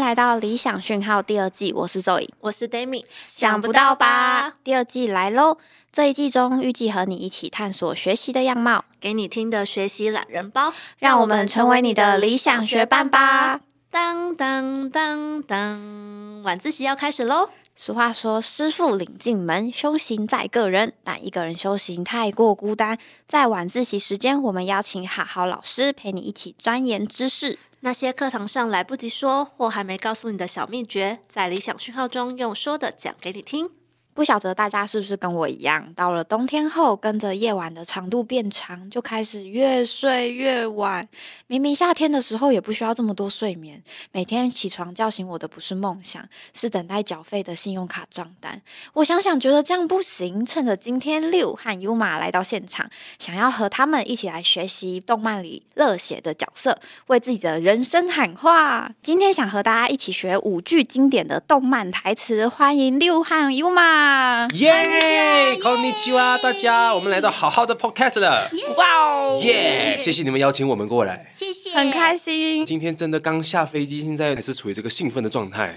来到《理想讯号》第二季，我是 Zoe。我是 Demi，想不到吧？？第二季来喽！这一季中预计和你一起探索学习的样貌，给你听的学习懒人包，让我们成为你的理想学伴吧。！当当当当，晚自习要开始喽！俗话说：“师傅领进门，修行在个人。”但一个人修行太过孤单，在晚自习时间，我们邀请好好老师陪你一起钻研知识。那些课堂上来不及说或还没告诉你的小秘诀，在理想讯号中用说的讲给你听。不晓得大家是不是跟我一样，到了冬天后，跟着夜晚的长度变长，就开始越睡越晚。明明夏天的时候也不需要这么多睡眠，每天起床叫醒我的不是梦想，是等待缴费的信用卡账单。我想想觉得这样不行，趁着今天六和 Yuma 来到现场，想要和他们一起来学习动漫里热血的角色，为自己的人生喊话。今天想和大家一起学五句经典的动漫台词，欢迎六和 Yuma。耶 k o n n i c h i 大家，我们来到好好的 Podcast 了，哇哦，耶！谢谢你们邀请我们过来，谢谢，很开心，今天真的刚下飞机，现在还是处于这个兴奋的状态。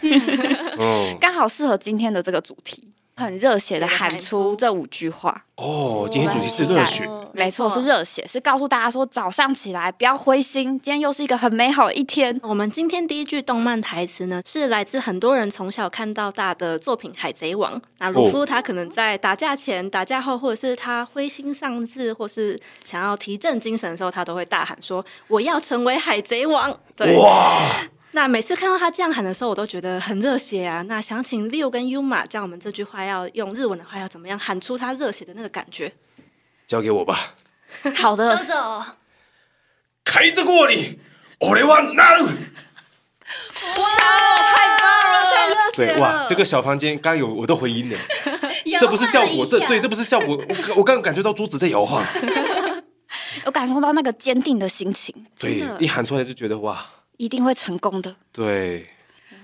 嗯，刚好适合今天的这个主题，很热血的喊出这五句话。哦，今天主题是热血，没错，是热血，是告诉大家说早上起来不要灰心，今天又是一个很美好的一 天。我们今天第一句动漫台词呢，是来自很多人从小看到大的作品《海贼王》。那鲁夫他可能在打架前、打架后，或者是他灰心丧志，或是想要提振精神的时候，他都会大喊说：“我要成为海贼王！”对，哇！那每次看到他这样喊的时候，我都觉得很热血啊。那想请六跟 Yuma 教我们这句话要用日文的话要怎么样喊出他热血的那个感觉。交给我吧。好的豆，豆，开着锅里，我来玩那路。对，哇，这个小房间刚刚有我都回音了，这不是效果，这对，这不是效果，我我刚刚感觉到桌子在摇晃。我感受到那个坚定的心情，对，一喊出来就觉得哇，一定会成功的。对，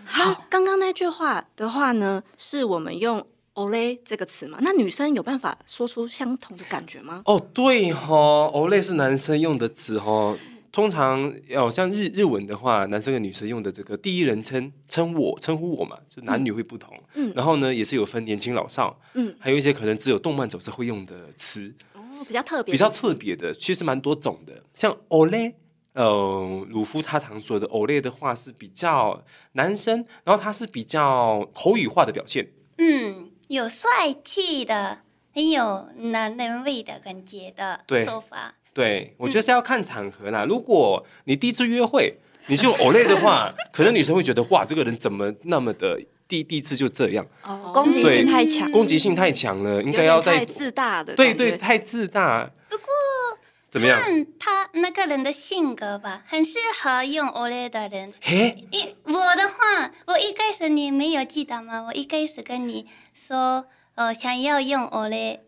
好，啊刚刚那句话的话呢，是我们用 “ole” 这个词嘛？那女生有办法说出相同的感觉吗？哦，对哈、哦，类似男生用的词哈、通常哦，像日日文的话，男生跟女生用的这个第一人称称我称呼我嘛，就男女会不同。嗯，然后呢，也是有分年轻老少，嗯，还有一些可能只有动漫角色会用的词，哦，比较特别，比较特别的，其实蛮多种的。像 ole，呃，鲁夫他常说的 ole 的话是比较男生，然后他是比较口语化的表现。嗯，有帅气的，很有男人味的感觉的对说法。对，我觉得是要看场合啦。如果你第一次约会，你是用 Olay 的话，可能女生会觉得哇，这个人怎么那么的第第一次就这样，哦，攻击性太强，攻击性太强了，有应该点要太再自大的对感觉对太自大。不过怎么样？看他那个人的性格吧，很适合用 “ole” 的人。嘿，一我的话，我一开始你没有记得吗？我一开始跟你说，呃，想要用 “ole”，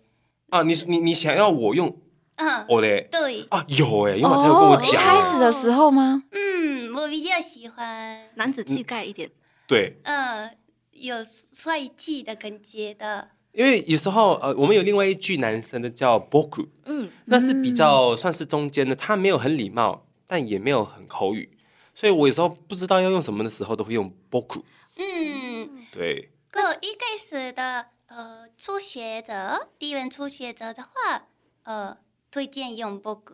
啊，你你你想要我用嗯， Olay 对，啊？有哎、因为他有跟我哦讲、一开始的时候吗？嗯，我比较喜欢，男子气概一点。对，嗯，有帅气的感觉的。因为有时候呃，我们有另外一句男生的叫 Boku，嗯，那是比较算是中间的，他没有很礼貌，但也没有很口语，所以我有时候不知道要用什么的时候，都会用 Boku。嗯，对，我一开始的呃初学者，低文初学者的话，呃，推荐用 b o g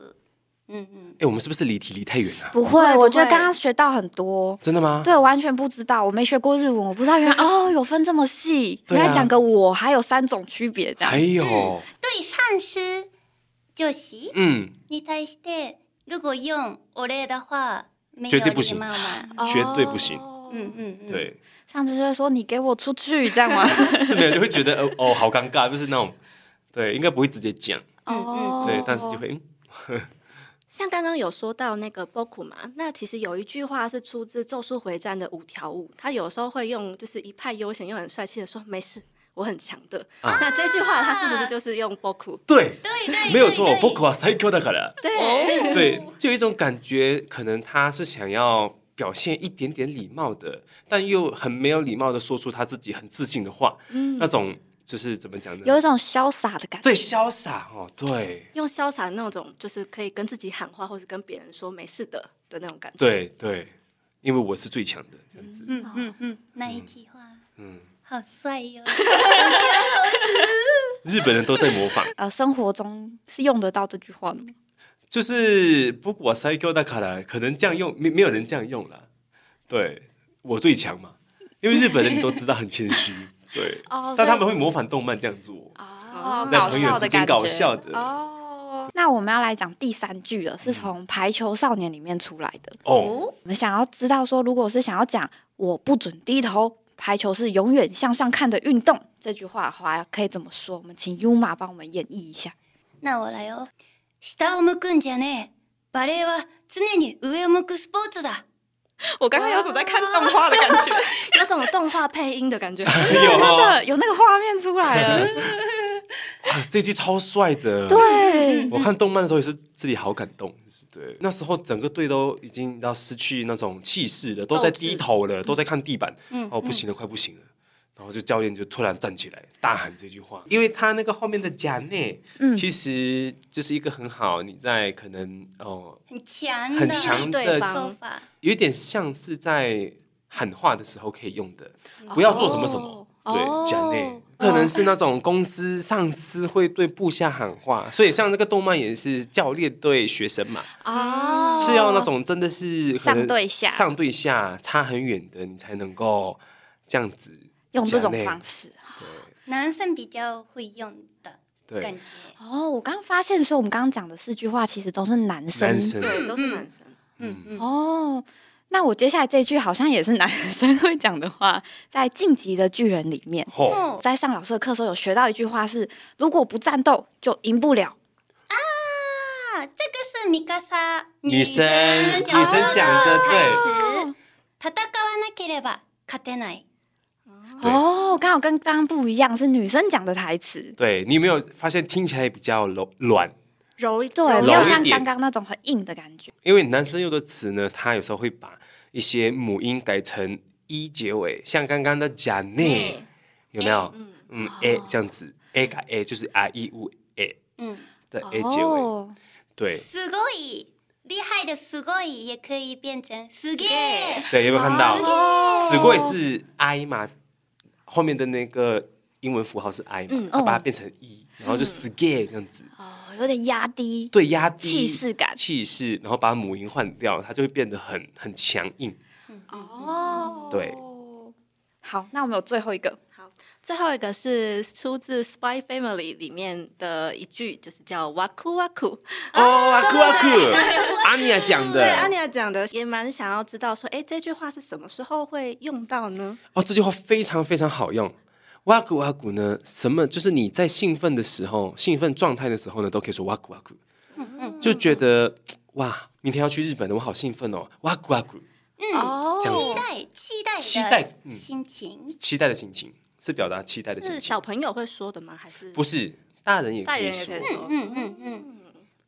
嗯嗯，哎、我们是不是离题离太远了、不不会会，我觉不得会刚刚学到很多。真的吗？对，我完全不知道，我没学过日文，我不知道 原来哦有分这么细。对啊原来讲个我还有三种区别的还。有，对上司上司嗯，に対して如果用俺的话，没绝有对不行礼貌嘛。绝对不行哦嗯嗯嗯，，对，上次就会说你给我出去，这样吗？是没有就会觉得哦哦，好尴尬，就是那种，对，应该不会直接讲，嗯嗯哦 对，但是就会，嗯像刚刚有说到那个 “boku” 嘛，那其实有一句话是出自《咒术回战》的五条悟，他有时候会用就是一派悠闲又很帅气的说：“没事，我很强的。啊那这句话他是不是就是用 “boku”？对，对对，没有错，对对僕は最強だから，对，对，就有一种感觉，可能他是想要表现一点点礼貌的，但又很没有礼貌的说出他自己很自信的话，那种就是怎么讲呢？嗯有一种潇洒的感觉。最潇洒哦，对，用潇洒那种，就是可以跟自己喊话，或者跟别人说“没事的”的那种感觉。对对，因为我是最强的这样子。嗯嗯嗯，那一句话嗯，好帅哟、 日本人都在 模仿，呃，生活中是用得到这句话的吗？就是不过塞高大卡啦，可能这样用没没有人这样用啦。对我最强嘛，因为日本人你都知道很谦虚，对， 哦但他们会模仿动漫这样做。哦就，在搞朋友笑之的间感觉，搞笑的哦。嗯那我们要来讲第三句了，是从《排球少年》里面出来的。哦，哦，我们想要知道说，如果是想要讲“我不准低头”，排球是永远向上看的运动这句话的话，可以怎么说？我们请 Yuma 帮我们演绎一下。那我来よ。下を向くんじゃねえ。バレエは常に上を向くスポーツだ。我刚刚有种在看动画的感 觉。 有种动画配音的 感觉。有哦，呃，有那个画面出来 了，这句超帅的。对，我看动漫的时候也是自己好感动，就是对，那时候整个队都已经要失去那种气势了，都在低头了，都在看地板，哦，不行了，快不行了。然后就教练就突然站起来大喊这句话，因为他那个后面的假内，其实就是一个很好，你在可能哦，很啊强的，很强对的，方说法。有点像是在喊话的时候可以用的，不要做什么什么，嗯哦对，假内哦。可能是那种公司上司会对部下喊哦话，所以像这个动漫也是教练对学生嘛，嗯哦是要那种真的是可上能对下上对下差很远的，你才能够这样子用这种讲嘞方式。男生比较会用的对感觉。哦，我刚发现，所以我们刚刚讲的四句话其实都是男生。男生对，都是男生。嗯嗯，哦，那我接下来这句好像也是男生会讲的话，在《晋级的巨人》里面，吼哦，在上老师的课的时候有学到一句话是：如果不战斗就赢不了。啊，这个是米卡莎女生女生讲讲的对台词。戦わなければ勝てない。对哦，刚好跟刚刚不一样，是女生讲的台词，对你有没有发现听起来比较柔软？柔一对，没柔有一像点刚刚那种很硬的感觉。因为男生用的词呢，他有时候会把一些母音改成一结尾，像刚刚的假内，有没哎有？嗯，a 哦这样子，a 改 a 就是 r e u a 嗯，的 a 结尾，哦，对すごい厉害的すごい也可以变成すげえ。对，有没有看到？哦死鬼是 I 嘛，后面的那个英文符号是 I 嗯嘛，他把它变成 E，然后就 scare 这样子，哦有点压低。对，压低气势感气势，然后把母音换掉，它就会变得很很强硬。哦，对。好，那我们有最后一个，最后一个是出自《Spy Family》里面的一句，就是叫 “waku waku”。哦，阿酷阿酷，阿尼亚讲对，安妮的，亚讲的也蛮想要知道说，哎，这句话是什么时候会用到呢？哦，这句话非常非常好用。哇咕哇咕呢？什么？就是你在兴奋的时候，兴奋状态的时候呢，都可以说哇咕哇咕，就觉得哇，明天要去日本了，我好兴奋哦！哇咕哇咕，嗯嗯哦这样期子待期待期的待嗯心情。期待的心情是表达期待的心是情。小朋友会说的吗？还是不是，大人也大可以人也说可以。说？嗯嗯嗯，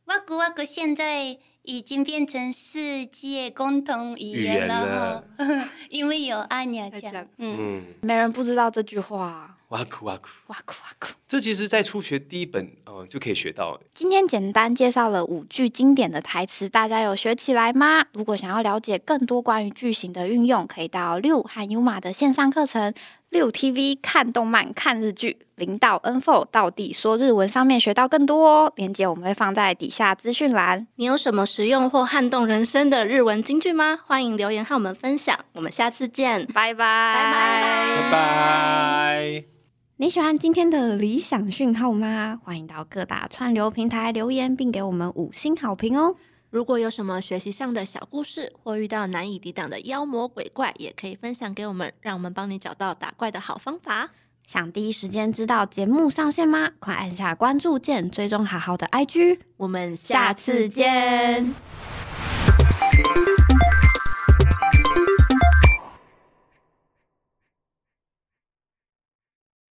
哇咕哇咕，现在已经变成世界共同语言了哦，因为有阿尼亚在讲讲，嗯，嗯，没人不知道这句话。哇酷哇酷，哇酷哇酷！这其实在初学第一本哦、呃就可以学到。今天简单介绍了五句经典的台词，大家有学起来吗？如果想要了解更多关于句型的运用，可以到六和 Yuma 的线上课程六 TV 看动漫、看日剧，零到 N Four 到底说日文上面学到更多哦。链接我们会放在底下资讯栏。你有什么实用或撼动人生的日文金句吗？欢迎留言和我们分享。我们下次见。拜拜拜拜拜拜。你喜欢今天的理想讯号吗？欢迎到各大串流平台留言，并给我们五星好评哦。如果有什么学习上的小故事，或遇到难以抵挡的妖魔鬼怪，也可以分享给我们，让我们帮你找到打怪的好方法。想第一时间知道节目上线吗？快按下关注键，追踪好好的 IG。我们下次见。